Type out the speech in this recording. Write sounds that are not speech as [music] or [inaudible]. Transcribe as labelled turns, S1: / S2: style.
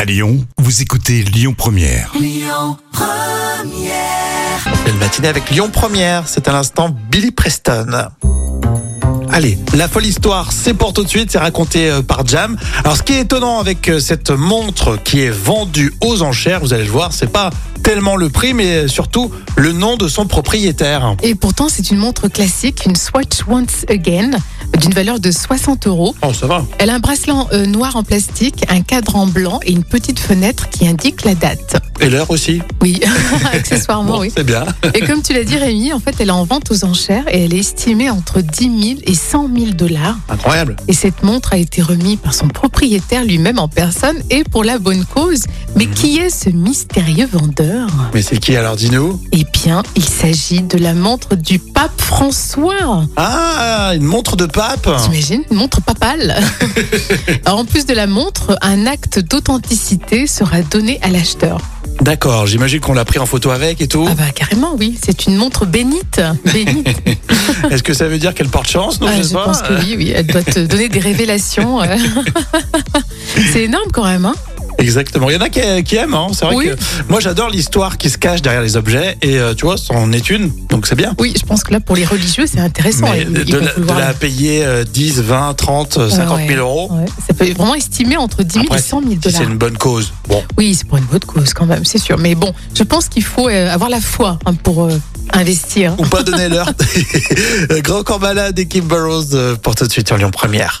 S1: À Lyon, vous écoutez Lyon Première.
S2: Belle matinée avec Lyon Première. C'est à l'instant Billy Preston. Allez, la folle histoire, c'est pour tout de suite, c'est raconté euh, par Jam. Alors, ce qui est étonnant avec euh, cette montre qui est vendue aux enchères, vous allez le voir, c'est pas tellement le prix, mais surtout le nom de son propriétaire.
S3: Et pourtant, c'est une montre classique, une Swatch Once Again, d'une valeur de 60 euros.
S2: Oh, ça va.
S3: Elle a un bracelet euh, noir en plastique, un cadran blanc et une petite fenêtre qui indique la date.
S2: Et l'heure aussi.
S3: Oui, [laughs] accessoirement,
S2: Bon,
S3: Oh, oui.
S2: C'est bien.
S3: Et comme tu l'as dit, Rémi, en fait, elle est en vente aux enchères et elle est estimée entre 10 000 et 100 000 dollars.
S2: [laughs] Incroyable.
S3: Et cette montre a été remise par son propriétaire lui-même en personne et pour la bonne cause. Mais qui est ce mystérieux vendeur
S2: Mais c'est qui alors, dis-nous
S3: Eh bien, il s'agit de la montre du pape François.
S2: Ah, une montre de pape.
S3: T'imagines Une montre
S2: [laughs]
S3: papale. Alors, en plus de la montre, un acte d'authenticité sera donné à l'acheteur.
S2: D'accord, j'imagine qu'on l'a pris en photo avec et tout.
S3: Ah bah carrément, oui. C'est une montre bénite. Bénite.
S2: [laughs] Est-ce que ça veut dire qu'elle porte chance Non,
S3: Ah,
S2: je
S3: bah. je
S2: sais pas.
S3: pense que oui, oui. Elle doit te donner des révélations.
S2: [laughs]
S3: euh. C'est énorme quand même. Hein
S2: Exactement. Il y en a qui, qui aiment, hein. c'est vrai
S3: Oui.
S2: que moi j'adore l'histoire qui se cache derrière les objets et euh, tu vois, c'en est une, donc c'est bien.
S3: oui, je pense que là, pour les religieux, c'est intéressant.
S2: Mais
S3: Ils-
S2: de,
S3: ils peuvent
S2: la,
S3: le voir.
S2: de la payer euh, 10, 20, 30, euh, 50
S3: ouais.
S2: 000 euros,
S3: Ouais, ça peut vraiment estimer entre 10 000
S2: Après,
S3: et 100 000
S2: si c'est
S3: dollars.
S2: une bonne cause. Bon,
S3: Oui, c'est pour une bonne cause quand même, c'est sûr. Mais bon, je pense qu'il faut euh, avoir la foi hein, pour euh, investir.
S2: ou pas donner
S3: [laughs]
S2: l'heure. [laughs] Grand corps balade et Kim Burrows euh, pour tout de suite sur Lyon Première.